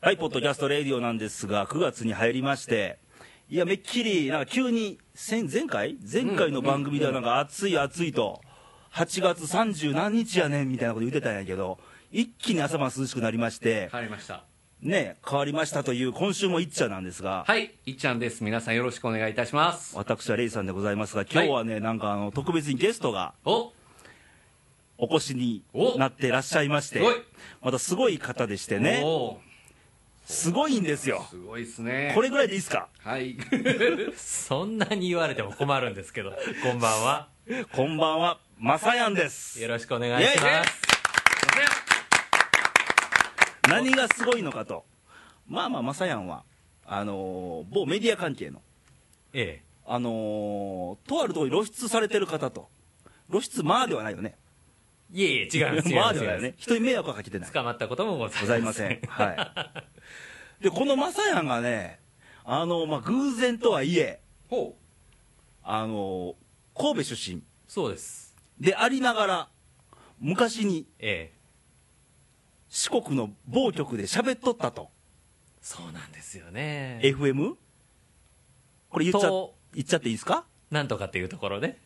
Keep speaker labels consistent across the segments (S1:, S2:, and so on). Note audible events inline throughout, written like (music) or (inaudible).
S1: はい、ポッドキャストレディオなんですが、9月に入りまして、いや、めっきり、なんか急に、先前回前回の番組ではなんか暑い暑いと、8月30何日やねんみたいなこと言ってたんやけど、一気に朝晩涼しくなりまして、
S2: わかりました。
S1: ね、変わりましたという、今週もいっちゃなんですが、
S2: はい、いっちゃんです。皆さんよろしくお願いいたします。
S1: 私はレイさんでございますが、今日はね、なんかあの、特別にゲストが
S2: お
S1: お越しになってらっしゃいまして
S2: おすごい、
S1: またすごい方でしてね、
S2: お
S1: すごいんですよ
S2: ー。すごいですね。
S1: これぐらいでいいですか
S2: はい。
S3: (laughs) そんなに言われても困るんですけど、こんばんは。
S1: こんばんは、まさやんです。
S3: よろしくお願いし
S1: イエイイエ
S3: ま
S1: イ
S3: す。
S1: 何がすごいのかと。まあまあ、まさやんは、あのー某メディア関係の、
S3: え
S1: あのーとあるところに露出されてる方と、露出まあではないよね。
S3: え。いえいえ、違います。違い
S1: ま
S3: ま
S1: あ
S3: す。
S1: ではないよ
S3: 違い
S1: ね。人に迷惑はかけてな
S3: ま
S1: い
S3: す。捕まったこともご
S1: ござ
S3: ざ
S1: い
S3: い
S1: ま
S3: ま
S1: せん
S3: せん。。
S1: はい。で、このまさやんがね、あのまあ、偶然とはいえ、
S2: ほう。
S1: あのー神戸出身
S3: そうです。
S1: でありながら、昔に
S3: ええ。
S1: 四国の某局で喋っとったと。
S3: そうなんですよね。
S1: FM? これ言っちゃ
S3: と、
S1: 言っちゃっていいですか
S3: なんとかっていうところで、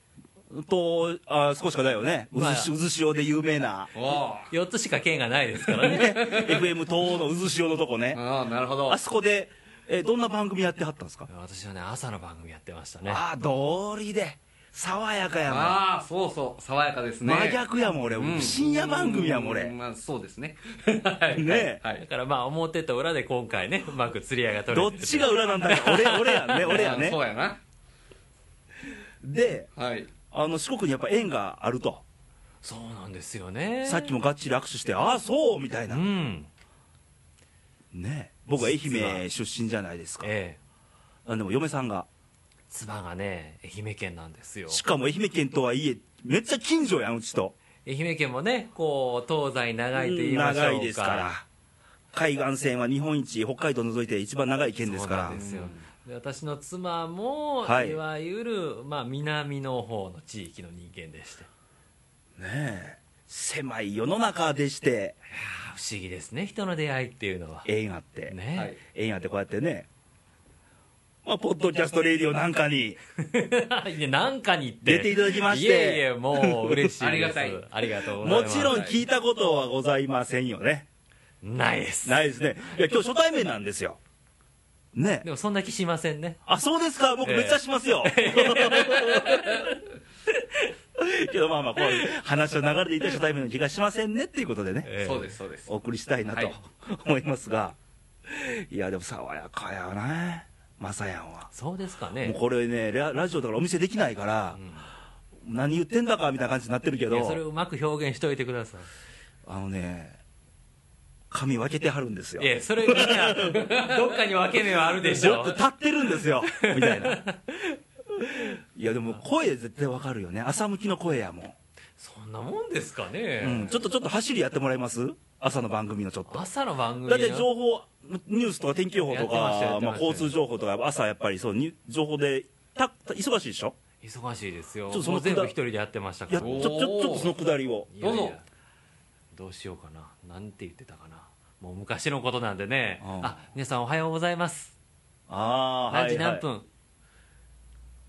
S1: と、あ少しかないよね。う
S3: まあ
S1: ずし、うずしおで有名な。
S2: おー
S3: 4つしか県がないですから
S1: (laughs)
S3: ね。 (laughs)
S1: ね FM 等のうずしおのとこね。
S2: ああ、なるほど
S1: あ。そこで、えーどんな番組やってはったんですか
S3: 私はね、朝の番組やってましたね。
S1: ああ、道理で。爽やかやもん。
S2: ああ、そうそう。爽やかですね。
S1: 真逆やもん、俺。
S2: うん
S1: 深夜番組やもん、
S2: う
S1: 俺。
S2: まあ、そうです
S1: (laughs)
S2: ね。
S1: ね
S2: は
S3: だ
S2: い。
S3: からまあ、表と裏で今回ね、うまく釣り合いが取
S1: ど
S3: れ
S1: って
S3: る
S1: ちが裏なんだ
S2: (laughs)
S1: か。俺、俺やんね、俺や
S2: あー
S1: ね
S2: そ。うやな。
S1: で、
S2: はい。
S1: あの、四国にやっぱ縁があると。
S3: そうなんですよね。
S1: さっきもがっちり握手して、ああ、そうみたいうな。
S3: ん。
S1: ね僕は愛
S3: 実
S1: 媛
S3: は
S1: 出身じゃないですか。
S3: ええ。
S1: あでも嫁さんが。
S3: 妻がね、愛媛県なんですよ。
S1: しかも愛媛県とはいえ、めっちゃ近所やん、うちと。
S3: 愛媛県もね、こう、東西長いと言いましょうか。
S1: 長いですから海岸線は日本一北海道除いて一番長い県ですか
S3: そう
S1: ら
S3: なんですよで私の妻も、
S1: はい
S3: い、わゆる、まあ、南の方の地域の人間でして
S1: ねえ狭い世の中でして
S3: あ不思議ですね人の出会いっていうのは
S1: 縁あって、
S3: ね、
S2: はい
S1: 縁あってこうやってねまあ、ポッドキャストレディオなんかに、
S3: (laughs) いやなんかにって
S1: 出ていただきまして
S3: いえいえもう嬉しいです
S2: ありがたい
S3: ありがとうござい
S1: も
S3: ます
S1: ちろん聞いたことはございませんよね。
S3: ないです
S1: ないですね。いや、今日初対面なんですよ。ね
S3: で。もそんな気しませんね
S1: あ、そうですか。僕
S3: ええ
S1: めっちゃします
S3: (laughs)
S1: よ。けどまあまあ、こういう話の流れでいて初対面の気がしませんねっていうことでね。
S3: ええ
S2: そうです、そうです。
S1: お送りしたいなと
S2: はい
S1: 思いますが、い、や、でも爽やかやね、まさやんは。
S3: そうですか
S1: もう
S3: ね
S1: これねラ、ラジオだからお見せできないから、何言ってんだかみたいな感じになってるけ
S3: いやそれ
S1: ど、
S3: をうまく表現しといてくださ
S1: あのね、髪分けてはるんですよ
S3: いい。やそれみんな (laughs) どっかに分け目はあるでし
S1: もっ
S3: ょ
S1: と立ってるんです
S3: (laughs)
S1: よ、みたいな。いや、でも声絶対わかるよね。朝向きの声やもん。
S3: そんなもんですか
S1: う
S3: ね、
S1: ん、ちょっとちょっと走りやってもらえます朝の番組のちょっと。
S3: 朝の番組
S1: だって
S3: の
S1: 情報、ニュースとか天気予報と
S3: やってましたや
S1: か
S3: っ、て
S1: まあ、
S3: ました
S1: 交通情報とか、朝やっぱりそうに情報でたた忙しいでしょ、
S3: 忙しいですよ
S1: ちょっとその
S3: もう全
S1: く
S3: 部
S1: だ
S3: 一人でやってました
S1: い
S3: か
S1: や
S3: ら
S1: ち
S3: い
S1: ょちょちょっとそのくだりを、
S3: やいや
S2: どうぞ
S3: どうしようかななんて言ってたかなもう昔のことなんでね
S1: うん
S3: あ皆さんおはようございます
S1: あー
S3: 何時
S1: はいはい
S3: 何分、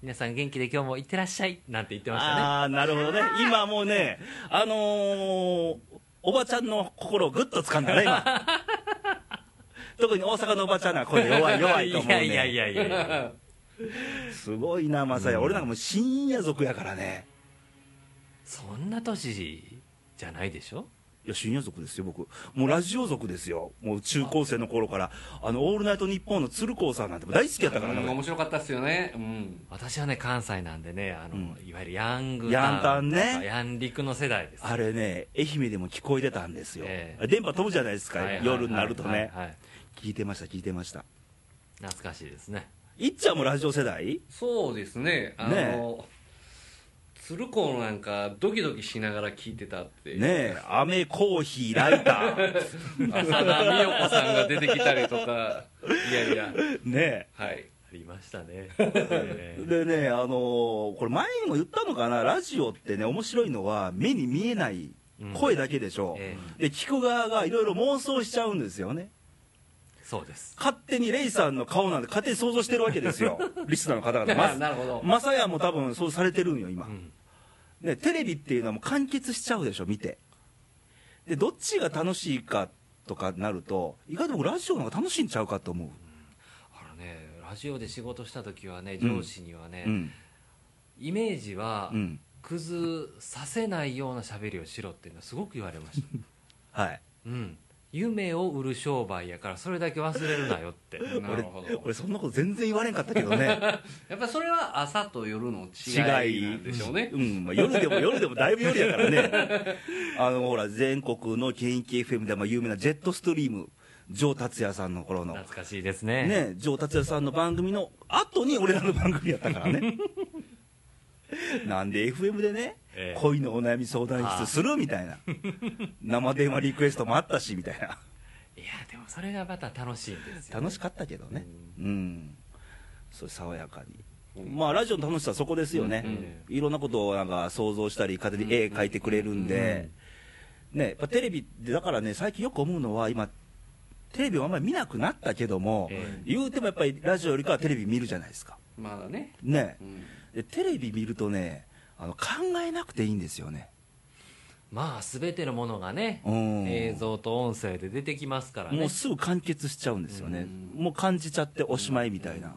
S3: 皆さん元気で今日も行ってらっしゃいなんて言ってましたね
S1: ああ、なるほどね、今もうね、あのーおばちゃんの心をぐっと掴んだね、
S3: (laughs)
S1: 今。特に大阪のおばちゃんはこれ弱い、弱いと思う、ね、
S3: いやいやいやいやい
S1: (laughs)
S3: や
S1: すごいな、まさや、俺なんかもう深夜族やからね、
S3: そんな年じゃないでしょ
S1: いや、深夜族ですよ、僕。もうラジオ族ですよ。もう中高生の頃から、あの、オールナイトニッポンの鶴光さんなんて大好きやったから
S2: うん
S1: ね。
S2: 面白かったっすよね。うん。
S3: 私はね関西なんでねあの、
S1: うん
S3: いわゆるヤング
S1: ヤンタンね
S3: とかヤンリクの世代です
S1: あれね、愛媛でも聞こえてたんですよ。
S3: え
S1: 電波飛ぶじゃないですか、
S3: はいはいはい
S1: 夜になるとね、
S3: はいはい
S1: 聞いてました、聞いてました。
S3: 懐かしいですね
S1: いっちゃんもラジオ世代
S2: そうですね。あの、鶴光なんかドキドキしながら聞いてたって。
S1: ね。え、アメコーヒー、ライター。
S2: 浅田美代子さんが出てきたりとか。いやいや。
S1: ね
S2: はい。
S3: ありました
S1: (laughs)
S3: ね、え
S1: え。
S3: え
S1: でね、あのーこれ前にも言ったのかな、ラジオってね、面白いのは、目に見えない声だけでしょ。
S3: え
S1: で、聞く側がいろいろ妄想しちゃうんですよね。
S3: そうです
S1: 勝手にレイさんの顔なんて勝手に想像してるわけですよリスナーの方々
S2: あ
S1: ま
S2: なるほど
S1: まさやも多分そうされてるんよ今、
S3: ん
S1: ね、テレビっていうのはもう完結しちゃうでしょ見てでどっちが楽しいかとかなると意外と僕ラジオの方が楽しいんちゃうかと思
S3: あのねラジオで仕事した時はね
S1: うん
S3: 上司にはね、
S1: ううん
S3: イメージは、
S1: うん
S3: 崩させないような喋りをしろっていうのはすごく言われました、
S1: はい
S3: うん、夢を売る商売やからそれだけ忘れるな
S1: (laughs)
S3: よって
S2: なるほど
S1: 俺そんなこと全然言われんかったけどね
S2: やっぱそれは朝と夜の (laughs) 違いなんでしょうね
S1: うんまあ、夜でも夜でもだいぶ夜やからね (laughs) あのほら全国の県域 FM でまあ有名なジェットストリーム城達也さんの頃の
S3: 懐かしいですね
S1: ね、城達也さんの番組の後に俺らの番組やったから
S2: (laughs)
S1: ねなんで FM でね、
S3: ええ
S1: 恋のお悩み相談室するみたいな生電話リクエストもあったしみたいない
S3: やでもそれがまた楽しいんですよ、
S1: 楽しかったけどねうん、そう爽やかに、
S2: うん
S1: まあラジオの楽しさはそこですよね、いろんなことをなんか想像したり勝手に絵描いてくれるんで、ねやっぱテレビでだからね最近よく思うのは今テレビをあんまり見なくなったけども、
S3: え
S1: 言うてもやっぱりラジオよりかはテレビ見るじゃないですか
S2: まだね、
S1: ね
S2: うん
S1: でテレビ見るとねあの考えなくていいんですよね
S3: まあ全てのものがね、
S1: うん
S3: 映像と音声で出てきますからね
S1: もうすぐ完結しちゃうんですよね、もう感じちゃっておしまいみたいな、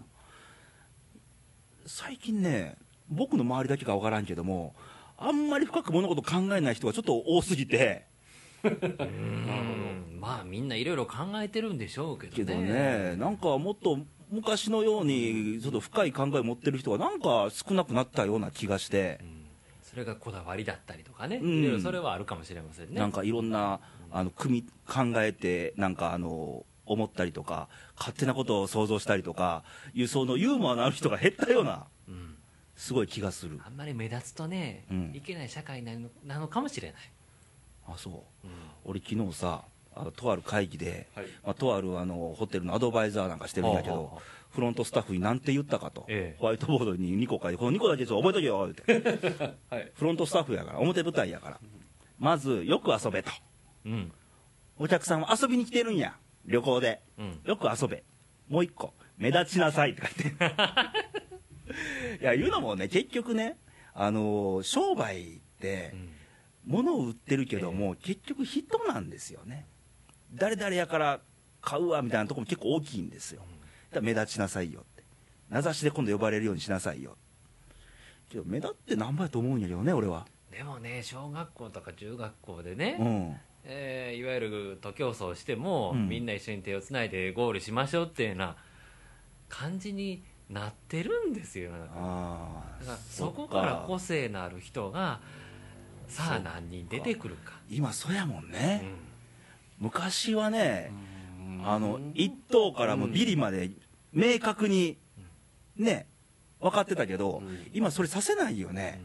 S1: 最近ね僕の周りだけかわからんけどもあんまり深く物事考えない人がちょっと多すぎて
S3: うんまあみんないろいろ考えてるんでしょうけどね
S1: けどねなんかもっと昔のようにちょっと深い考え持ってる人がなんか少なくなったような気がして
S3: う、んそれがこだわりだったりとかね、
S1: うん
S3: いろいろそれはあるかもしれませんね
S1: なんかいろんなあの組み考えてなんかあの思ったりとか勝手なことを想像したりとかいうそのユーモアのある人が減ったような
S3: うん
S1: すごい気がする
S3: あんまり目立つとね、
S1: うん
S3: いけない社会なのなのかもしれない、
S1: あそう俺昨日さあのとある会議で、
S2: はい
S1: まあ、とあるあのホテルのアドバイザーなんかしてるんだけ
S3: はあはあ
S1: ど
S3: はあ
S1: フロントスタッフに何て言ったかと、
S3: ええ
S1: ホワイトボードに2個書いてこの2個だけちょっと覚えとけよって
S2: はい、
S1: フロントスタッフやから表舞台やからまずよく遊べと
S3: うん
S1: お客さんは遊びに来てるんや旅行で
S3: うん
S1: よく遊べもう1個目立ちなさいって書い
S3: (laughs)
S1: ていや言うのもね結局ねあのー商売って、
S3: うん
S1: 物を売ってるけども、結局人なんですよね誰々やから買うわみたいなとこも結構大きいんですよだから目立ちなさいよって名指しで今度呼ばれるようにしなさいよけど目立ってなんぼやと思うんやけどね俺は
S3: でもね小学校とか中学校でね、
S1: うん
S3: えーいわゆる徒競走しても、
S1: うん
S3: みんな一緒に手をつないでゴールしましょうっていうような感じになってるんですよ世の中
S1: あ
S3: だから
S1: あ
S3: そこから個性のある人がさあ何人出てくるか
S1: 今そうやもんね、
S3: う
S1: 昔はね、あの
S2: うん
S1: 一等からもうビリまで明確にね分かってたけど、
S2: うん
S1: 今それさせないよね、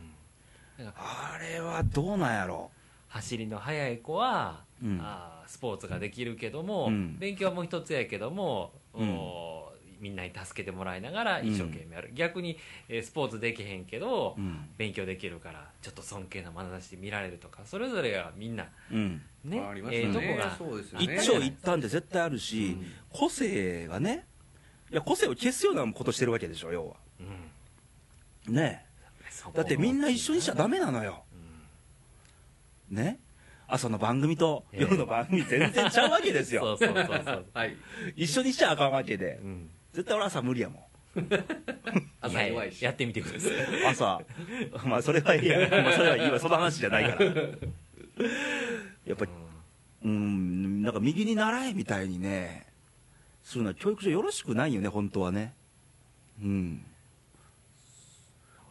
S3: んだから
S1: あれはどうなんやろ
S3: 走りの速い子は、
S1: うん
S3: あースポーツができるけど
S1: う
S3: も、
S1: ん
S3: 勉強も一つやけども、
S1: うん
S3: おーみんなに助けてもらいながら
S1: うん
S3: 一生懸命やる、逆に、えースポーツできへんけど、
S1: うん
S3: 勉強できるからちょっと尊敬な眼差しで見られるとかそれぞれがみんな
S1: うん
S3: ね
S2: ありましたね
S3: ええとこ
S2: そうですよ
S1: 一
S2: ね
S1: 長一短って絶対あるし、
S2: うん
S1: 個性がねいや個性を消すようなことしてるわけでしょ要は
S3: が、うん
S1: ね
S3: そこ
S1: だってみんな一緒にしちゃダメなのよ
S3: うん
S1: ね朝の番組と
S3: ええ
S1: 夜の番組全然ちゃうわけです
S3: そ
S1: よ
S3: うそうそう (laughs) そう、
S2: はい、
S1: 一緒にしちゃあかんわけで
S3: うん、
S1: 絶対俺朝無理やもん
S2: 朝弱い
S3: や
S2: し
S3: やってみてください (laughs)
S1: 朝 (laughs) まあそれはいい (laughs) や、まあ、それはいいわその話じゃないから
S3: (laughs)
S1: やっぱうんなんか右に習えみたいにねするのは教育上よろしくないよね本当はねうん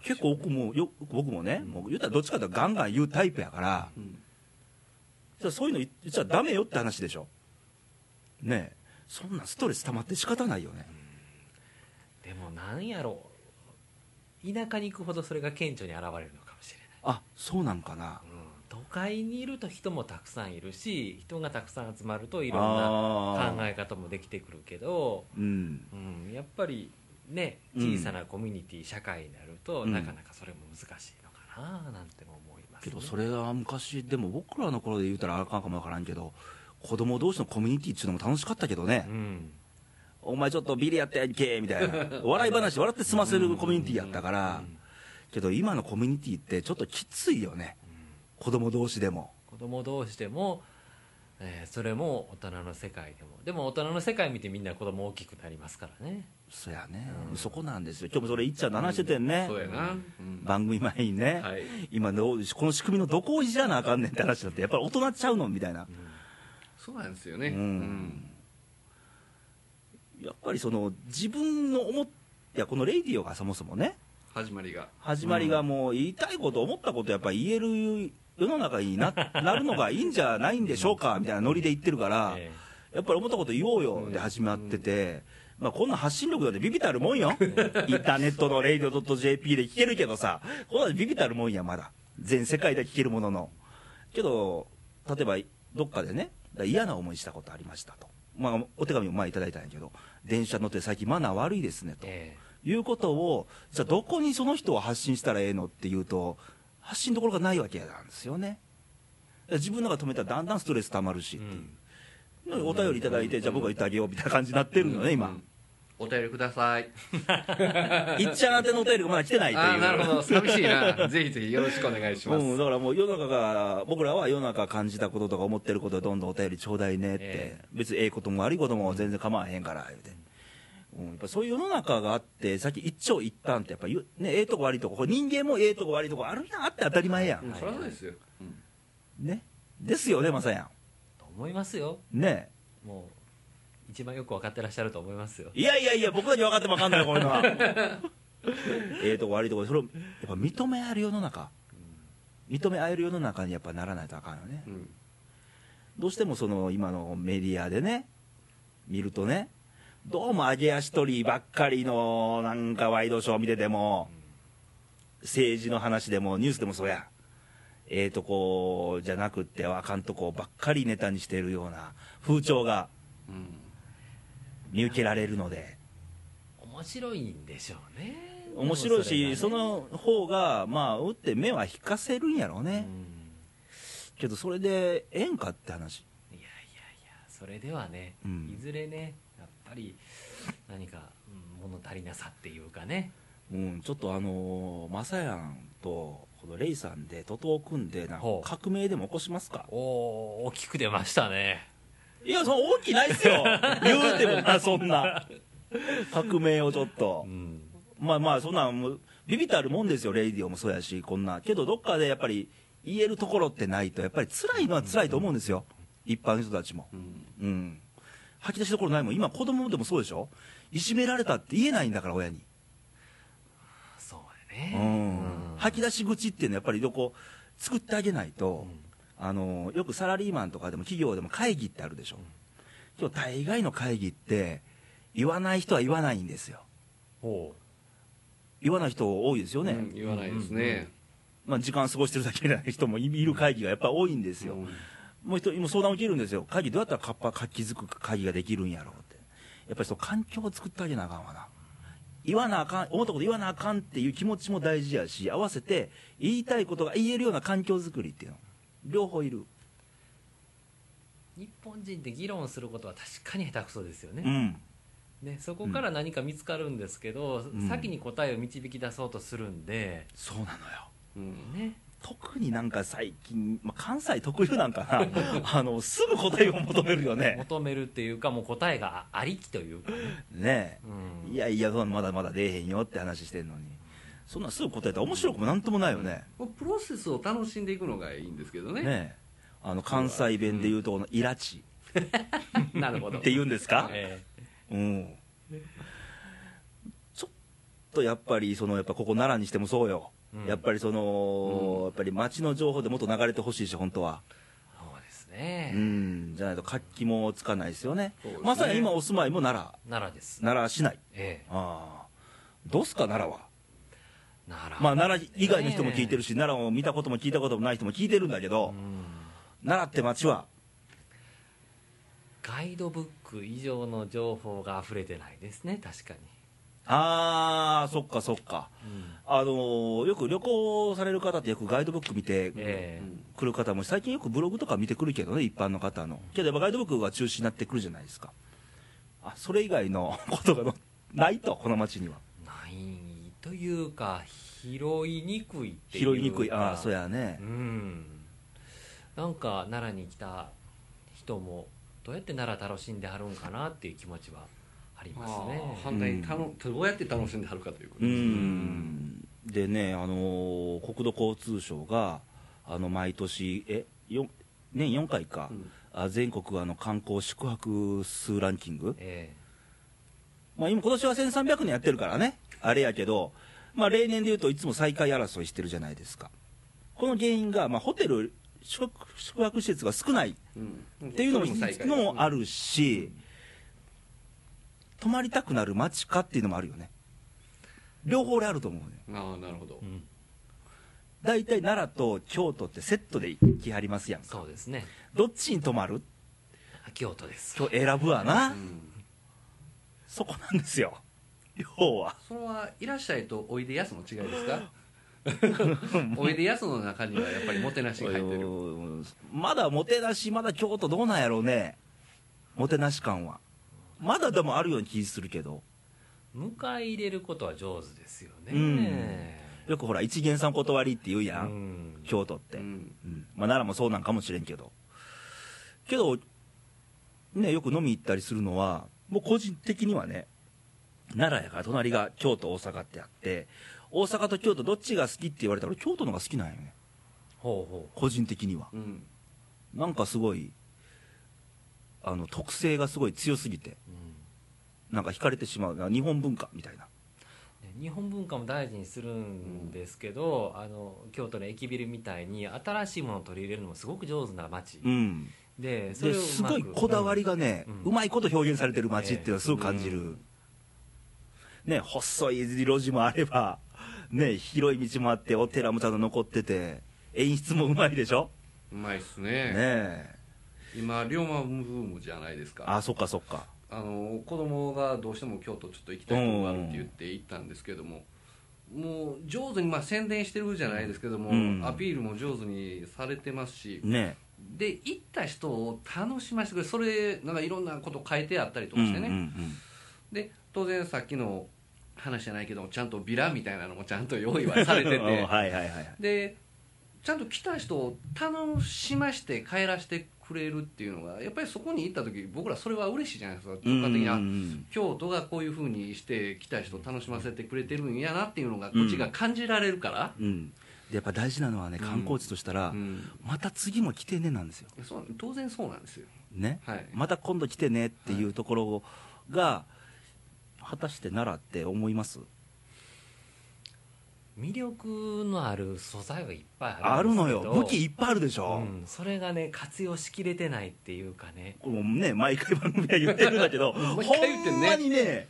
S1: 結構僕もよ僕もね、もう言ったらどっちかというとガンガン言うタイプやから、
S2: うん
S1: じゃあそういうの言っちゃダメよって話でしょねえそんなんストレス溜まって仕方ないよね、
S3: でもなんやろう田舎に行くほどそれが顕著に現れるのかもしれない
S1: あそうなんかな
S3: うん都会にいると人もたくさんいるし人がたくさん集まるとい
S1: い
S3: ろんな考え方もできてくるけど、
S1: うん
S3: うん、やっぱりね
S1: うん
S3: 小さなコミュニティ社会になると、
S1: うん
S3: なかなかそれも難しいのかななんても思います、
S1: け
S3: ね、
S1: どそれは昔でも僕らの頃で言うたらあかんかもわからんけど子供同士のコミュニティっていうのも楽しかったけどね、
S3: うん
S1: お前ちょっとビリやってやんけみたい
S2: (laughs)
S1: な笑い話笑って済ませるコミュニティやったから、けど今のコミュニティってちょっときついよね、子供同士でも
S3: 子供同士でも、えーそれも大人の世界でもでも大人の世界見てみんな子供大きくなりますからね
S1: そやね、そこなんですよ今日もそれいっちゃんと話しててんね、
S2: そうやな、うん
S1: 番組前にね、
S2: はい
S1: 今のこの仕組みのどこをいじらなあかんねんって話になってやっぱり大人ちゃうのみたいな、
S2: そうなんですよね、
S1: うん
S2: うん
S1: やっぱりその自分の思っいやこのレイディオがそもそもね
S2: 始まりが
S1: 始まりがもう言いたいこと思ったことやっぱり言える世の中に (laughs) ななるのがいいんじゃないんでしょうかみたいなノリで言ってるから、
S3: え
S1: やっぱり思ったこと言おうよで始まってて、まあ、こんな発信力だってビビたるもんよ、インターネットの radio.jp で聞けるけどさ、こんなのビビたるもんや、まだ、全世界で聞けるものの、けど、例えばどっかでね、嫌な思いしたことありましたと、まあ、お手紙も前いただいたんやけど、電車乗って最近、マナー悪いですねと、
S3: え
S1: いうことを、じゃあ、どこにその人を発信したらええのっていうと、発信どころがないわけなんですよね。だから自分の中止めたらだんだんストレス溜まるしっていう。お便りいただいて、じゃあ僕が言ってあげようみたいな感じになってるのね、
S2: う (laughs)
S1: 今
S2: ん、お便りください
S1: いっちゃん宛てのお便りがまだ来てないって
S2: ああなる
S1: い
S2: ほ
S1: う、
S2: ど寂しいなぜひぜひよろしくお願いします、
S1: うん、だからもう世の中が、僕らは世の中感じたこととか思ってることをどんどんお便りちょうだいねって、
S3: え
S1: 別にええことも悪いことも全然構わへんから、言うて。うん、やっぱそういう世の中があって、さっき一長一短って、やっぱ言う、ね、ええとこ悪いとこ、これ人間もええとこ悪いとこあるなって当たり前や
S2: うん
S1: ん。
S2: そりゃそうですよ、うん
S1: ね。ですよね、まさや
S3: と思いますよ
S1: ん。ね
S3: もう一番よく分かってらっしゃると思いますよ
S1: いやいやいや、僕だけ分かっても分かんない、こういう
S2: (laughs)
S1: のは。ええとこ悪いとこ、それをやっぱ認め合える世の中、認め合える世の中にやっぱならないとあかんよね
S2: う。ん
S1: どうしてもその今のメディアでね、見るとね、どうも上げ足取りばっかりのなんかワイドショー見てても、政治の話でもニュースでもそうや。ええとこじゃなくってあかんとこばっかりネタにしてるような風潮が
S2: うん
S1: 見受けられるので。
S3: 面白いんでしょうね
S1: 面白い
S3: でも
S1: し、そ
S3: れがね
S1: の方が、まあ、打って目は引かせるんやろうね
S3: う、ん
S1: けどそれでええんかって話、
S3: いやいやいやそれではね、
S1: うん
S3: いずれねやっぱり何か、うん、物足りなさっていうかね
S1: うん、ちょっとあのー、まさやんと、このレイさんで、徒党を組んで、なんか
S3: ほう
S1: 革命でも起こしますか
S3: おお大きく出ましたね
S1: いや、その大きないっす (laughs) よ、言うてもな、そんな、革命をちょっと
S3: う、ん
S1: まあまあ、そんなんもう、ビビたるもんですよ、レイディオもそうやし、こんな、けど、どっかでやっぱり、言えるところってないと、やっぱり辛いのは辛いと思うんですよ、一般の人たちも。
S2: うん
S1: うん、吐き出しどころないもん、今、子供でもそうでしょ、いじめられたって言えないんだから、親に、
S3: そうだ
S1: う
S3: ね
S1: ん
S3: うん
S1: 吐き出し口っていうのは、やっぱりどこ、作ってあげないと、あの、よくサラリーマンとかでも、企業でも会議ってあるでしょ、今日大概の会議って、言わない人は言わないんですよ、
S3: ほ
S1: 言わない人多いですよね、
S2: うん言わないですね、
S1: まあ、時間過ごしてるだけじゃない人もい (laughs) いる会議がやっぱ多いんですよ。
S2: うん
S1: もう人もう相談受けるんですよ、鍵どうやったら活発活気づく鍵ができるんやろうって、やっぱりその環境を作ってあげなあかんわな、言わなあかん、思ったこと言わなあかんっていう気持ちも大事やし、合わせて言いたいことが言えるような環境づくりっていうの、両方いる、
S3: う日本人って議論することは確かに下手くそですよ
S1: う
S3: ね,、
S1: ん、
S3: ねそこから何か見つかるんですけど、
S1: ん
S3: 先に答えを導き出そうとするんで、
S1: そうなのよ。
S2: うん
S3: ね
S1: 特になんか最近、まあ、関西特有なんかなあのすぐ答えを求めるよね
S3: 求めるっていうかもう答えがありきという
S1: (laughs)
S3: かね、
S1: ねえ
S3: うん
S1: いやいや、そんなまだまだ出えへんよって話してんのに、そんなんすぐ答えたら面白くもなんともないよね。
S2: こうプロセスを楽しんでいくのがいいんですけどね
S1: ねえあの関西弁で言うと、このイラチ
S3: なるほど
S1: って言うんですか、
S3: え
S1: うん、ちょっとやっぱり、そのやっぱここ奈良にしてもそうよ、
S3: うん
S1: やっぱりその、やっぱり街の情報でもっと流れてほしいし、本当は、
S3: えそうですね、
S1: うん、じゃないと活気もつかないですよね、
S2: そうですね
S1: まさに今お住まいも奈
S3: 奈良です
S1: 良、奈良市内、
S3: ええ
S1: ああどうすか、奈良は。
S3: 奈良
S1: まあ、奈良以外の人も聞いてるし、奈良を見たことも聞いたこともない人も聞いてるんだけど
S3: う、ん
S1: 奈良って街は、
S3: ガイドブック以上の情報が溢れてないですね確かに
S1: あー、そっかそっか。
S3: うん
S1: あのーよく旅行される方ってよくガイドブック見て
S3: え
S1: くる方も、最近よくブログとか見てくるけどね、一般の方の。けどやっぱガイドブックが中心になってくるじゃないですか。あ、それ以外の (laughs) ことがのないと、この街には。
S3: えないというか拾いにくいっていうか
S1: 拾いにくい。ああ、そうやね
S3: う。んなんか奈良に来た人もどうやって奈良楽しんではるんかなっていう気持ちはあり
S2: ま
S3: ますね
S2: あ、反対にたの、どうやって楽しんではるかということ
S1: う
S2: ですね
S1: ん。でね、あのー国土交通省が、あの、毎年、え、よ年4回か、
S2: うん
S1: あ全国あの観光宿泊数ランキング、
S3: え
S1: まあ、今今年は1300年やってるからね、あれやけど、まあ、例年で言うといつも最下位争いしてるじゃないですか。この原因が、まあ、ホテル宿泊、宿泊施設が少ない
S2: うん
S1: っていうのも
S2: それ最下位
S1: のもあるし、泊まりたくなる街かっていうのもあるよね。両方俺あると思うね。
S2: ああなるほど、
S3: えうん
S1: 大体奈良と京都ってセットで来はりますやんか。
S3: そうですね
S1: どっちに泊まる
S3: 京都です
S1: 今日選ぶわ
S2: う
S1: な。
S2: ん
S1: そこなんですよ。要は。
S2: それはいらっしゃいとおいでやすの違いです
S1: (laughs)
S2: かおいでやすの中にはやっぱりもてなしが入ってる
S1: まだもてなし、まだ京都どうなんやろうね、もてなし感は。まだでもあるような気するけど、
S3: 迎え入れることは上手ですよね、
S1: よくほら、一元さん断りって言うや、
S3: うんん
S1: 京都って。
S2: う
S1: うん
S2: ん
S1: まあ、奈良もそうなんかもしれんけど。けど、ね、よく飲み行ったりするのは、もう個人的にはね、奈良やから隣が京都、大阪ってあって、大阪と京都どっちが好きって言われたら、俺京都の方が好きなんよね、
S3: ほうほ
S1: 個人的には。
S2: うん
S1: なんかすごい、あの特性がすごい強すぎて、
S3: う、うん
S1: なんか惹かれてしまうな、日本文化みたいな、
S3: ね日本文化も大事にするんですけど、あの京都の駅ビルみたいに新しいものを取り入れるのもすごく上手な街、
S1: うん、
S3: でそれ
S1: で
S3: をう
S1: す
S3: まく
S1: ごいこだわりがね、
S3: うん
S1: うまいこと表現されてる街っていうのはすごく感じる、
S2: うん
S1: ね、細い路地もあれば、ね、広い道もあって、お寺もちゃんと残ってて、演出もうまいでしょ、
S2: うまいっすね
S1: ねえ、
S2: 今龍馬ブームじゃないですか
S1: あ、そっかそっか、
S2: あの子供がどうしても京都ちょっと行きたいとこがあるって言って行ったんですけども、もう上手に、まあ、宣伝してるじゃないですけども、
S1: うん
S2: アピールも上手にされてますし、
S1: ね
S2: で行った人を楽しませてくれるそれなんかいろんなこと書いてあったりと
S1: え、
S2: かしてね、
S1: うんうん
S2: で当然さっきの話じゃないけどちゃんとビラみたいなのもちゃんと用意はされて
S1: (laughs) うんはい
S2: て
S1: はいはい、
S2: でちゃんと来た人を楽しまして帰らせてくれるっていうのがやっぱりそこに行った時僕らそれは嬉しいじゃないですか直感的に、あ
S1: うんうん
S2: 京都がこういうふうにして来た人を楽しませてくれてるんやなっていうのがこっちが感じられるから、
S1: うんうん、でやっぱ大事なのはね、
S2: うん
S1: 観光地としたら、
S2: うん
S1: また次も来てねなんですよ、
S2: そう当然そうなんですよ
S1: ね、
S2: はい
S1: また今度来てねっていうところが、果たして奈良って思います
S3: 魅力のある素材はいっぱい
S1: あ
S3: ある
S1: る
S3: んです
S1: の
S3: け
S1: よ
S3: ど、
S1: 武器いっぱいあるでしょ、
S3: うん、それがね活用しきれてないっていうかね
S1: これもね、毎回番組は言ってるんだけど、
S2: 毎回言って
S1: ほ
S2: ん
S1: ん
S2: ね
S1: まにね、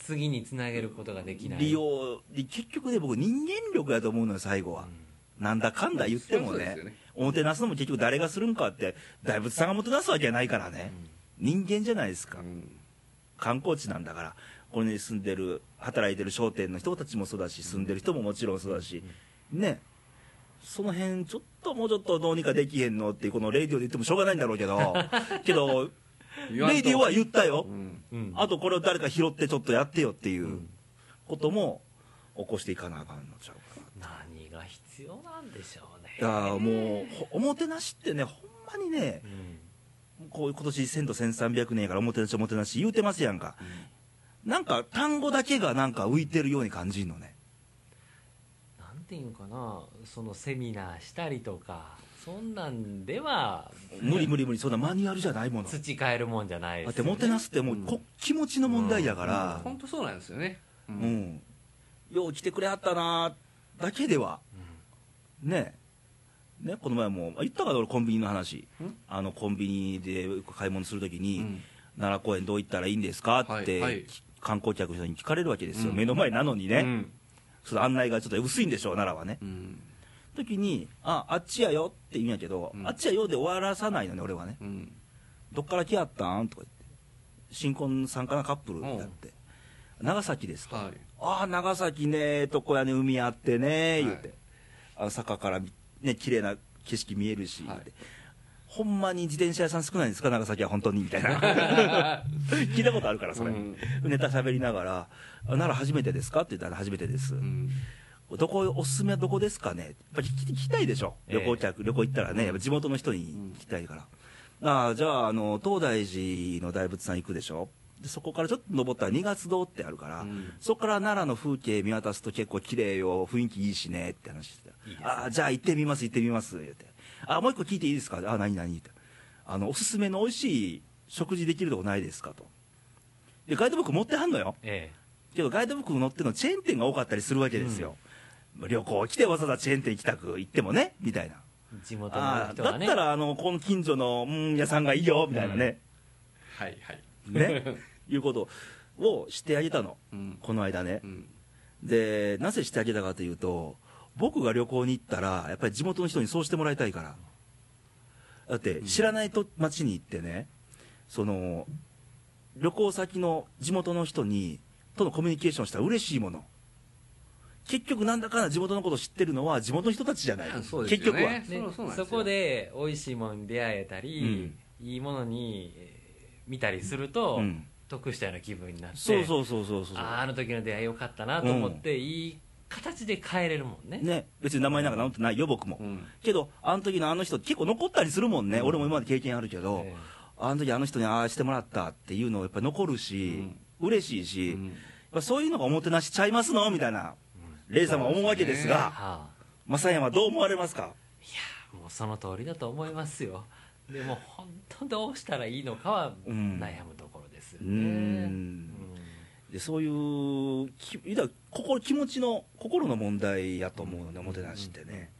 S3: 次につなげることができない
S1: 利用、結局ね、僕、人間力やと思うのよ、最後
S3: う
S1: は。
S3: ん
S1: なんだかんだ言っても
S2: そうです
S1: ね
S2: よ、ね
S1: おもてなすのも結局、誰がするんかって、大仏さんがもてなすわけないからね、人間じゃないですか
S2: う。ん
S1: 観光地なんだから、これに住んでる、働いてる商店の人たちもそうだし、住んでる人ももちろんそうだし、ね、その辺ちょっともうちょっとどうにかできへんのって、このレディオで言ってもしょうがないんだろうけど、けど、
S2: 言わんと
S1: レディオは言ったよ
S2: う、ん
S3: うん
S1: あとこれを誰か拾ってちょっとやってよっていうことも起こしていかなあかんのちゃうかな。
S3: 何が必要なんでしょうね
S1: いやーもう、ほおもてなしってね、ほんまにね
S3: う、ん
S1: こう今年1000と1300年やからおもてなしおもてなし言うてますやんか、なんか単語だけがなんか浮いてるように感じるのね
S3: なんていうんかなそのセミナーしたりとかそんなんでは
S1: 無理無理無理そんなマニュアルじゃないものだ
S3: 培えるもんじゃないで
S1: っ
S3: す
S1: て
S3: よね
S1: もてなすってもう、
S2: うん
S1: こ気持ちの問題やから
S2: 本当そうなんですよね、う
S1: うん、よう来てくれはったなーだけではねえねこの前もあ言ったから俺コンビニの話
S2: うん
S1: あのコンビニで買い物するときに、
S2: うん
S1: 奈良公園どう行ったらいいんですかって、
S2: はいはい
S1: き観光客の人に聞かれるわけですよ、
S2: うん
S1: 目の前なのにね、
S2: うん
S1: その案内がちょっと薄いんでしょう奈良はね
S2: うん
S1: 時に「ああっちやよ」って言うんやけど、
S2: うん
S1: あっちやよで終わらさないのね俺はね
S2: うん
S1: 「どっから来やったん?」とか言って新婚さんかなカップルだって、長崎ですか、
S2: はい
S1: ああ長崎ねええとこやね海あってね
S2: い
S1: 言って、あの坂からみね綺麗な景色見えるし、言
S2: はい
S1: うてほんまに自転車屋さん少ないんですか長崎は本当にみたい
S2: (laughs)
S1: な聞いたことあるからそれ、
S2: うん
S1: ネタ喋りながら「あなら初めてですか?」って言ったら「初めてです」
S2: うん
S1: どこおすすめはどこですかね、やっぱり聞き聞きたいでしょ、
S3: ええ
S1: 旅行客、旅行行ったらね、やっぱ地元の人に聞きたいから、ああじゃああの、東大寺の大仏さん行くでしょ、でそこからちょっと登ったら、二月堂ってあるから、
S2: うん
S1: そこから奈良の風景見渡すと結構綺麗よ、雰囲気いいしねって話してた、
S3: いいですね
S1: ああじゃあ行ってみます、行ってみます言って、あもう一個聞いていいですか、あ何何ってあの、おすすめの美味しい食事できるとこないですかと。でガイドブック持ってはんのよ、
S3: え
S1: けどガイドブックに載ってるのチェーン店が多かったりするわけですよ、旅行来てわざわざチェーン店行きたく行ってもねみたいな、
S3: え地元の
S1: あー
S3: 人
S1: だ
S3: は
S1: っ
S3: ね
S1: たらあのこの近所のうん屋さんがいいよみたいなね、
S2: はいはい
S1: ねいうことをしてあげたの
S2: うん
S1: この間ね
S2: うん
S1: でなぜしてあげたかというと僕が旅行に行ったらやっぱり地元の人にそうしてもらいたいからだって知らないと町に行ってねその旅行先の地元の人にとのコミュニケーションしたら嬉しいもの結局なんだかんだ地元のこと知ってるのは地元の人たちじゃない
S2: (laughs) そうです
S1: 結
S2: よ
S1: 局
S2: ね
S1: は
S3: ね
S2: そうそうなんです
S3: そ
S2: よ
S3: こで美味しいものに出会えたり、いいものにえー見たりすると、
S1: うん
S3: 得したような気分になって
S1: そうそうそうそうそう
S3: あーあの時の出会いよかったなと思って、いい形で帰れるもんね
S1: ね別に名前なんか名乗ってないよ僕も、
S2: うん
S1: けどあの時のあの人結構残ったりするもんね、俺も今まで経験あるけど、
S3: ええ
S1: あの時あの人にああしてもらったっていうのやっぱ残るし、嬉しいし、
S2: うん
S1: やっぱそういうのがおもてなしちゃいますのみたいな、レイさんは思うわけですが、
S3: はあ
S1: マサヤンはどう思われますか
S3: いやもうその通りだと思いますよでも本当どうしたらいいのかは
S1: うん
S3: 悩むところですよ
S1: う
S3: ね、
S1: ーんでそういうき言うたら心気持ちの心の問題やと思うのねおもてなしってね、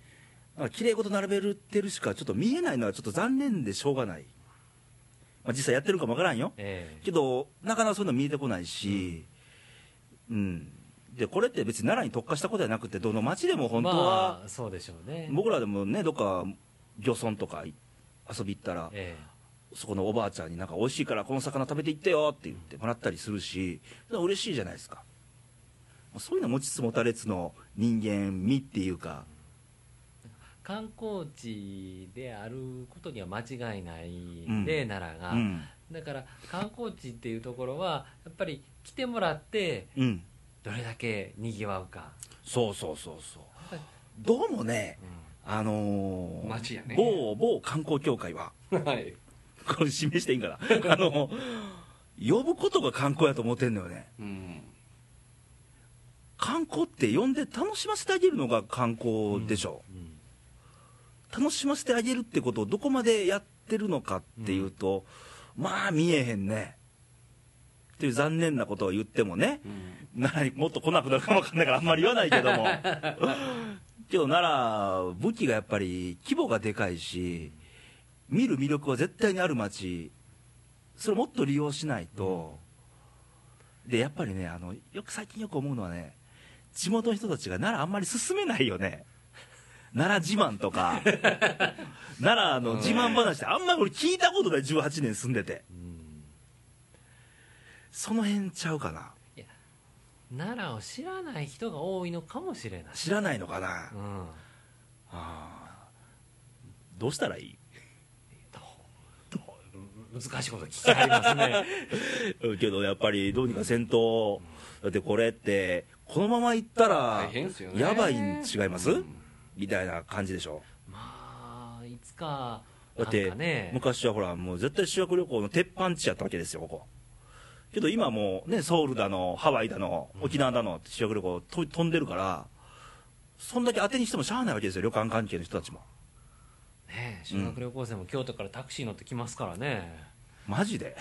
S1: なんか綺麗事並べてるしかちょっと見えないのはちょっと残念でしょうがない、まあ、実際やってるかもわからんよ、
S3: ええ
S1: けどなかなかそういうの見えてこないし、うんでこれって別に奈良に特化したことじゃなくてどの町でも本当は
S3: ま、あそうでしょうね
S1: 僕らでもねどっか漁村とか遊び行ったら、
S3: え
S1: そこのおばあちゃんになんか美味しいからこの魚食べていってよって言ってもらったりするしそれは嬉しいじゃないですかそういうの持ちつ持たれつの人間味っていうか
S3: え観光地であることには間違いないんで、
S1: うん
S3: 奈良が、
S1: うん
S3: だから観光地っていうところはやっぱり来てもらって
S1: うん
S3: どれだけにぎわうか、
S1: そうそうそうそうどうもねあのー
S2: 街やね
S1: 某某観光協会は
S2: はい
S1: これ示していいん (laughs) かなあの呼ぶことが観光やと思ってんのよね
S2: うん
S1: 観光って呼んで楽しませてあげるのが観光でしょ、
S3: うん
S1: 楽しませてあげるってことをどこまでやってるのかっていうと、まあ見えへんねっていう残念なことを言ってもね
S2: うん
S1: 奈良にもっと来なくなるかもわかんないからあんまり言わないけども (laughs) けど奈良武器がやっぱり規模がでかいし見る魅力は絶対にある街それをもっと利用しないと、でやっぱりねあのよく最近よく思うのはね地元の人たちが奈良あんまり進めないよね奈良自慢と (laughs) か奈良の自慢話ってあんまり俺聞いたことない18年住んでて
S3: うん
S1: その辺ちゃうかな
S3: 奈良を知らない人が多いのかもしれない、
S1: 知らないのかな
S3: う、ん、
S1: あーどうしたらいい
S3: 難しいこと聞きありますね
S1: うんけどやっぱりどうにか戦闘だってこれってこのまま行ったら
S2: 大変っすよね
S1: やばいん違います、
S2: うん
S1: みたいな感じでしょ
S3: (laughs) まあいつか
S1: だって
S3: なんかね
S1: 昔はほらもう絶対修学旅行の鉄板地やったわけですよここけど今もうねソウルだのハワイだの沖縄だのって修学旅行と飛んでるからそんだけ当てにしてもしゃあないわけですよ旅館関係の人たちも
S3: ね修学旅行生も京都からタクシー乗ってきますからね、
S1: マジ
S2: (laughs)
S1: で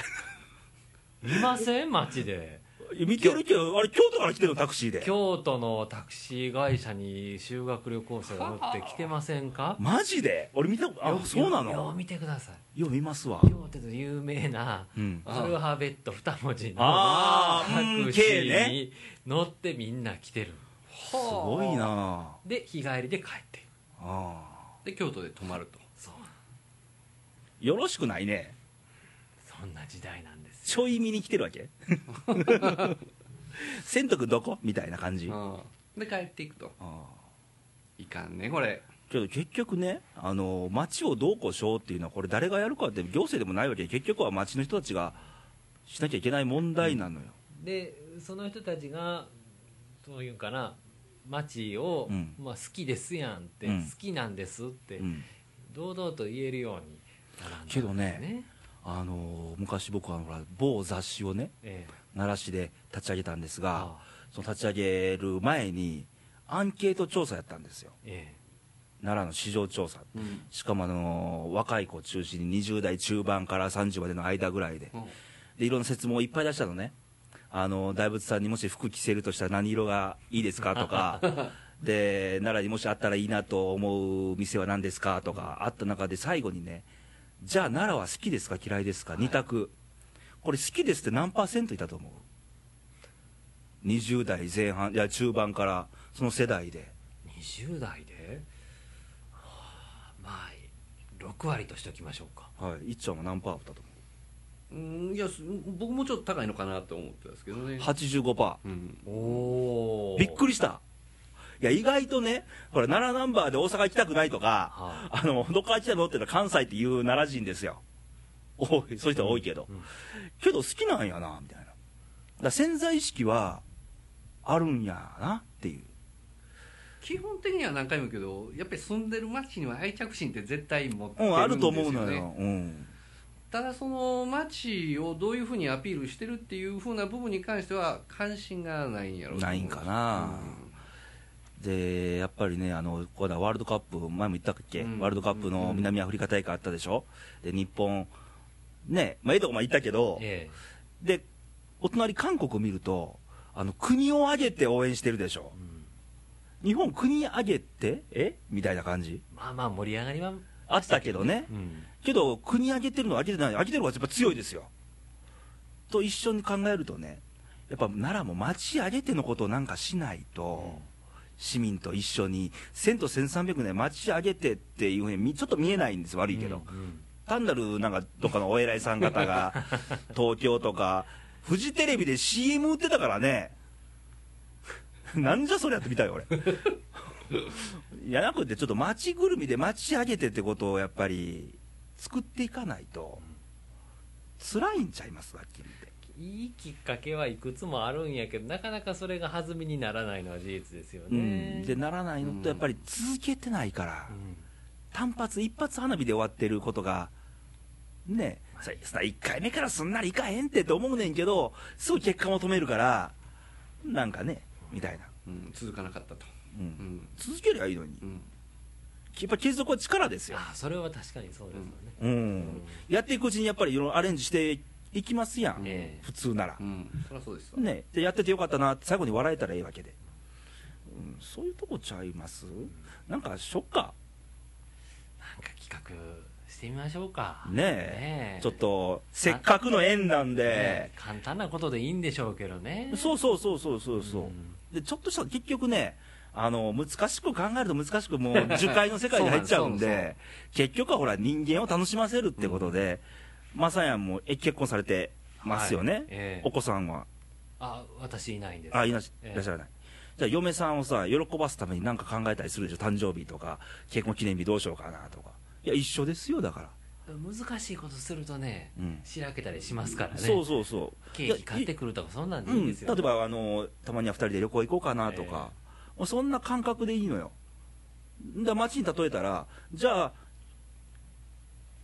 S3: 見ません街で
S1: 見てるけどあれ京都から来てるのタクシーで
S3: 京都のタクシー会社に修学旅行生が乗ってきてませんか
S1: マジで俺見たことあそうな
S3: よう
S1: の
S3: 見てください
S1: よう見ますわ
S3: 京都の有名な
S1: うん
S3: アルファベット2文字の
S1: あーうん
S3: タクシ
S1: K
S3: ー
S1: ね
S3: に乗ってみんな来てる
S2: す
S1: すごいなあ
S3: で日帰りで帰ってる
S1: あ
S2: で京都で泊まると
S3: そう
S1: よろしくないね
S3: そんな時代なんですよ
S1: ちょい見に来てるわけ千とくどこみたいな感じ、あ
S2: うんで帰っていくと
S1: あ
S2: いかんねこれ
S1: けど結局ね、あの町をどうこうしようっていうのは、これ、誰がやるかって、行政でもないわけで、結局は町の人たちがしなきゃいけない問題なのよ、
S3: でその人たちがどういうんかな街を、
S1: うん
S3: まあ、好きですやんって、
S1: うん
S3: 好きなんですって、
S1: うん
S3: 堂々と言えるようにならんだろう
S1: けどねあの昔、僕はほら某雑誌をね、
S3: ええ
S1: 奈良市で立ち上げたんですが
S3: あ、あ
S1: その立ち上げる前に、アンケート調査やったんですよ、
S3: ええ
S1: 奈良の市場調査、
S2: うん
S1: しかも、あの若い子中心に20代中盤から30までの間ぐらいで。
S2: うん
S1: でいろんな説問をいっぱい出したのねあの大仏さんにもし服着せるとしたら何色がいいですかと (laughs) かで奈良にもしあったらいいなと思う店は何ですかとかあった中で最後にねじゃあ奈良は好きですか嫌いですか、2択これ好きですって何パーセントいたと思う20代前半いや中盤からその世代で
S3: 20代で、はあまあ6割としておきましょうか
S1: はい一丁も何パーだったと思
S2: うんいやす僕もちょっと高いのかなと思ってたんですけどね
S1: う85パー
S2: うん
S3: おお
S1: びっくりした。いや、意外とね、ほら、奈良ナンバーで大阪行きたくないとか、
S3: は
S1: あの、どっから来たのってのは関西っていう奈良人ですよ。多い、そういう人は多いけど。
S3: うん
S1: けど好きなんやな、みたいな。だから潜在意識は、あるんやな、っていう。
S2: 基本的には何回も言うけどやっぱり住んでる町には愛着心って絶対持っ
S1: う
S2: てるん
S1: ん、あると
S2: で
S1: 思う
S2: すよ
S1: の
S2: ね
S1: よ。うん。
S2: ただその町をどういうふうにアピールしてるっていうふうな部分に関しては関心がないんやろうと思う
S1: ないんかなで、やっぱりね、あの、この間ワールドカップ、前も言ったっけ、
S2: うん
S1: ワールドカップの南アフリカ大会あったでしょで、日本、ね、まあ、ええとこまで行ったけど、
S3: え
S1: で、お隣、韓国を見ると、あの国を挙げて応援してるでしょ
S3: え、、
S1: 日本、国挙げて、えみたいな感じ、
S3: まあまあ盛り上がりは、
S1: あったけどね、
S3: うん
S1: けど、国挙げてるの、挙げてない、挙げてる方がやっぱ強いですよ。と一緒に考えるとね、やっぱ奈良も町挙げてのことをなんかしないと、市民と一緒に、1000と1300年、町挙げてっていうふうにみ、ちょっと見えないんです、悪いけど。
S3: うんうん
S1: 単なるなんかどっかのお偉いさん方が東京とかフジテレビで CM 売ってたからねなんじゃそりゃって見たよ俺いやなくてちょっと街ぐるみで街上げてってことをやっぱり作っていかないと辛いんちゃいますはっきり
S3: いいきっかけはいくつもあるんやけどなかなかそれが弾みにならないのは事実ですよ
S1: 言って、
S3: ね、
S1: うん、でならないのとやっぱり続けてないから、
S3: うん
S1: 単発一発花火で終わってることがねささ1回目からすんなりいかへんってと思うねんけどすぐ結果求めるからなんかねみたいな、
S2: うんうん続かなかったと、
S1: うん
S2: うん
S1: 続けりゃいいのに
S2: うん
S1: やっぱ継続は力ですよ、
S3: ああそれは確かにそうですよね、
S1: うんやっていくうちにやっぱりいろいろアレンジしていきますやん、
S3: ええ
S1: 普通なら
S2: う、んそりゃそうですわ
S1: ねでやっててよかったなって最後に笑えたらいいわけで、うん、そういうとこちゃいますなんかショッカ
S3: なんか企画してみましょうか
S1: ーねえちょっとせっかくの縁なんで、
S3: ねえ簡単なことでいいんでしょうけどね
S1: そうそうそうそうそうそう、
S3: うん
S1: でちょっとした結局ねあの難しく考えると難しくもう樹海の世界に入っちゃうん
S2: そうなん
S1: で結局はほら人間を楽しませるってことで、まさやんもえ結婚されてますよね、
S3: はいええ
S1: お子さんは
S3: あ私いないんです
S1: あいなし
S3: ええ
S1: いらっしゃらない、じゃあ嫁さんをさ喜ばすために何か考えたりするでしょ誕生日とか結婚記念日どうしようかなとかいや一緒ですよだから、
S3: 難しいことするとね、
S1: うん
S3: しらけたりしますからね
S1: そうそうそう
S3: ケーキ買ってくるとかそんなんでいいんですよ、
S1: うん、例えばあのたまには2人で旅行行こうかなとか、もうそんな感覚でいいのよだ街に例えたらじゃあ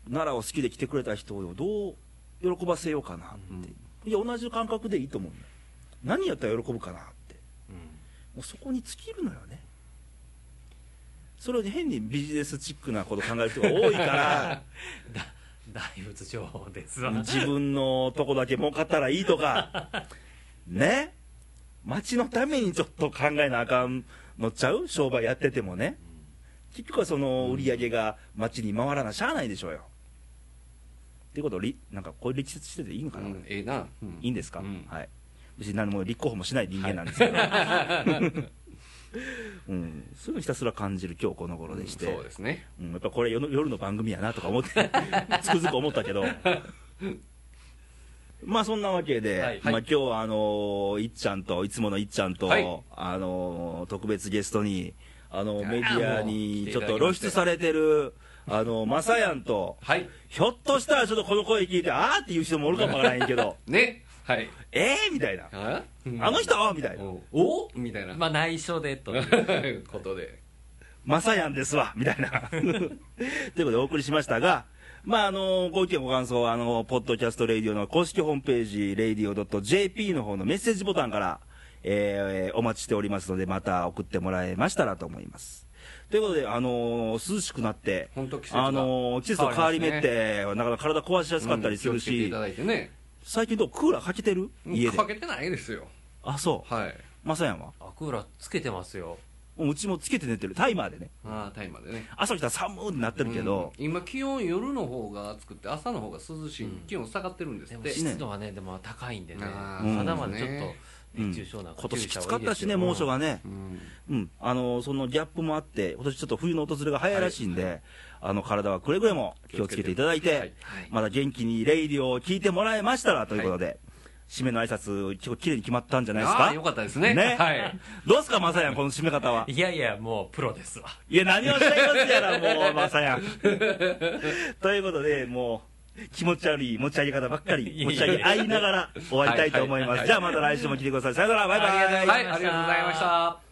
S1: 奈良を好きで来てくれた人をどう喜ばせようかなって、いや同じ感覚でいいと思うのよ何やったら喜ぶかなって
S3: うん
S1: もうそこに尽きるのよねそれを変にビジネスチックなこと考える人が多い
S3: (laughs)
S1: から
S3: だ大仏情報ですわ
S1: 自分のとこだけ儲かったらいいと
S2: (laughs)
S1: か、ね、町のためにちょっと考えなあかんのちゃう、商売やっててもね、結局はその売り上げが町に回らなしゃあないでしょうよ。っていうことをり、なんかこういう力説してていいのか
S2: う
S1: な、
S2: んええな、うん
S1: いいんですか、
S2: うん
S1: はい、別に何も立候補もしない人間なんですけ
S2: (laughs)
S1: ど、うん、そういうのひたすら感じる今日この頃でして、
S2: そうですね
S1: うん、やっぱ (laughs)
S2: (laughs)
S1: これ夜の夜の番組やなとか思ってつくづく思ったけどまあそんなわけで、
S3: はい
S1: まあ今日はあのーいっちゃんといつものいっちゃんと、
S2: はい
S1: あのー特別ゲストにあの
S2: や
S1: メディアにちょ
S2: もう来てい
S1: った
S2: だきまして
S1: と露出されてるあのまさやんと
S2: はい
S1: ひょっとしたらちょっとこの声聞いてあーっていう人もおるかもわからへんけ
S2: (laughs)
S1: ど
S2: ねはい
S1: えーみたいな
S2: あ
S1: あの人みたいな
S2: おおみたいな、
S3: まあ内緒でという
S2: ことで
S1: まさやんですわみたいな (laughs) ということでお送りしましたがまああのご意見ご感想はあのポッドキャストレディオの公式ホームページ radio.jp の方のメッセージボタンから、えーお待ちしておりますのでまた送ってもらえましたらと思いますということであの涼しくなって
S2: 本当季節が
S1: あの季節の変わり目って、なかなか体壊しやすかったりする
S2: うん気をつけて
S1: し、
S2: いただいてね
S1: 最近どうクーラーかけてる家で
S2: かけてないですよ
S1: あそう
S2: はい
S1: まさやんは
S3: あクーラーつけてますよ
S1: もううちもつけて寝てるタイマーでね
S2: ああタイマーでね
S1: 朝来たら寒ーってなってるけど、
S2: うん今気温夜の方が暑くて朝の方が涼しい、
S3: うん
S2: 気温下がってるんです
S3: で
S2: っ
S3: も
S2: て
S1: し
S3: 湿度はねでも高いんでね
S2: あ
S1: ー
S3: 肌までちょっ
S2: そうね
S3: と熱中症なんか
S1: 今年き
S3: 注意
S1: つ
S3: た
S1: か
S3: 方
S1: っ
S3: がいいで
S1: た
S3: す
S1: し
S3: よ
S1: ね、猛暑がね
S2: う、ん
S1: うんあのそのギャップもあって、今年ちょっと冬の訪れが早いらしいんで、あの体はくれぐれも気をつけていただいて、
S2: はい
S3: はい
S1: まだ元気にレイディオを聞いてもらえましたらということで、締めの挨拶結構綺麗に決まったんじゃないです
S2: あ
S1: か
S2: あよかったですね
S1: ね
S2: はい
S1: どうですか、ま
S3: (laughs)
S1: さやん、この締め方は。
S3: いやいやもうプロですわ
S1: いや、何をおっしゃいますやら、もう、まさや
S3: (laughs)
S1: ん。ということで、もう、気持ち悪い持ち上げ方ばっかり、持ち上げ合いながら終わりたいと思います。じゃあ、また来週も来てください。さよなら、バイバイ。
S3: ありがとうございました
S2: はいありがとうございました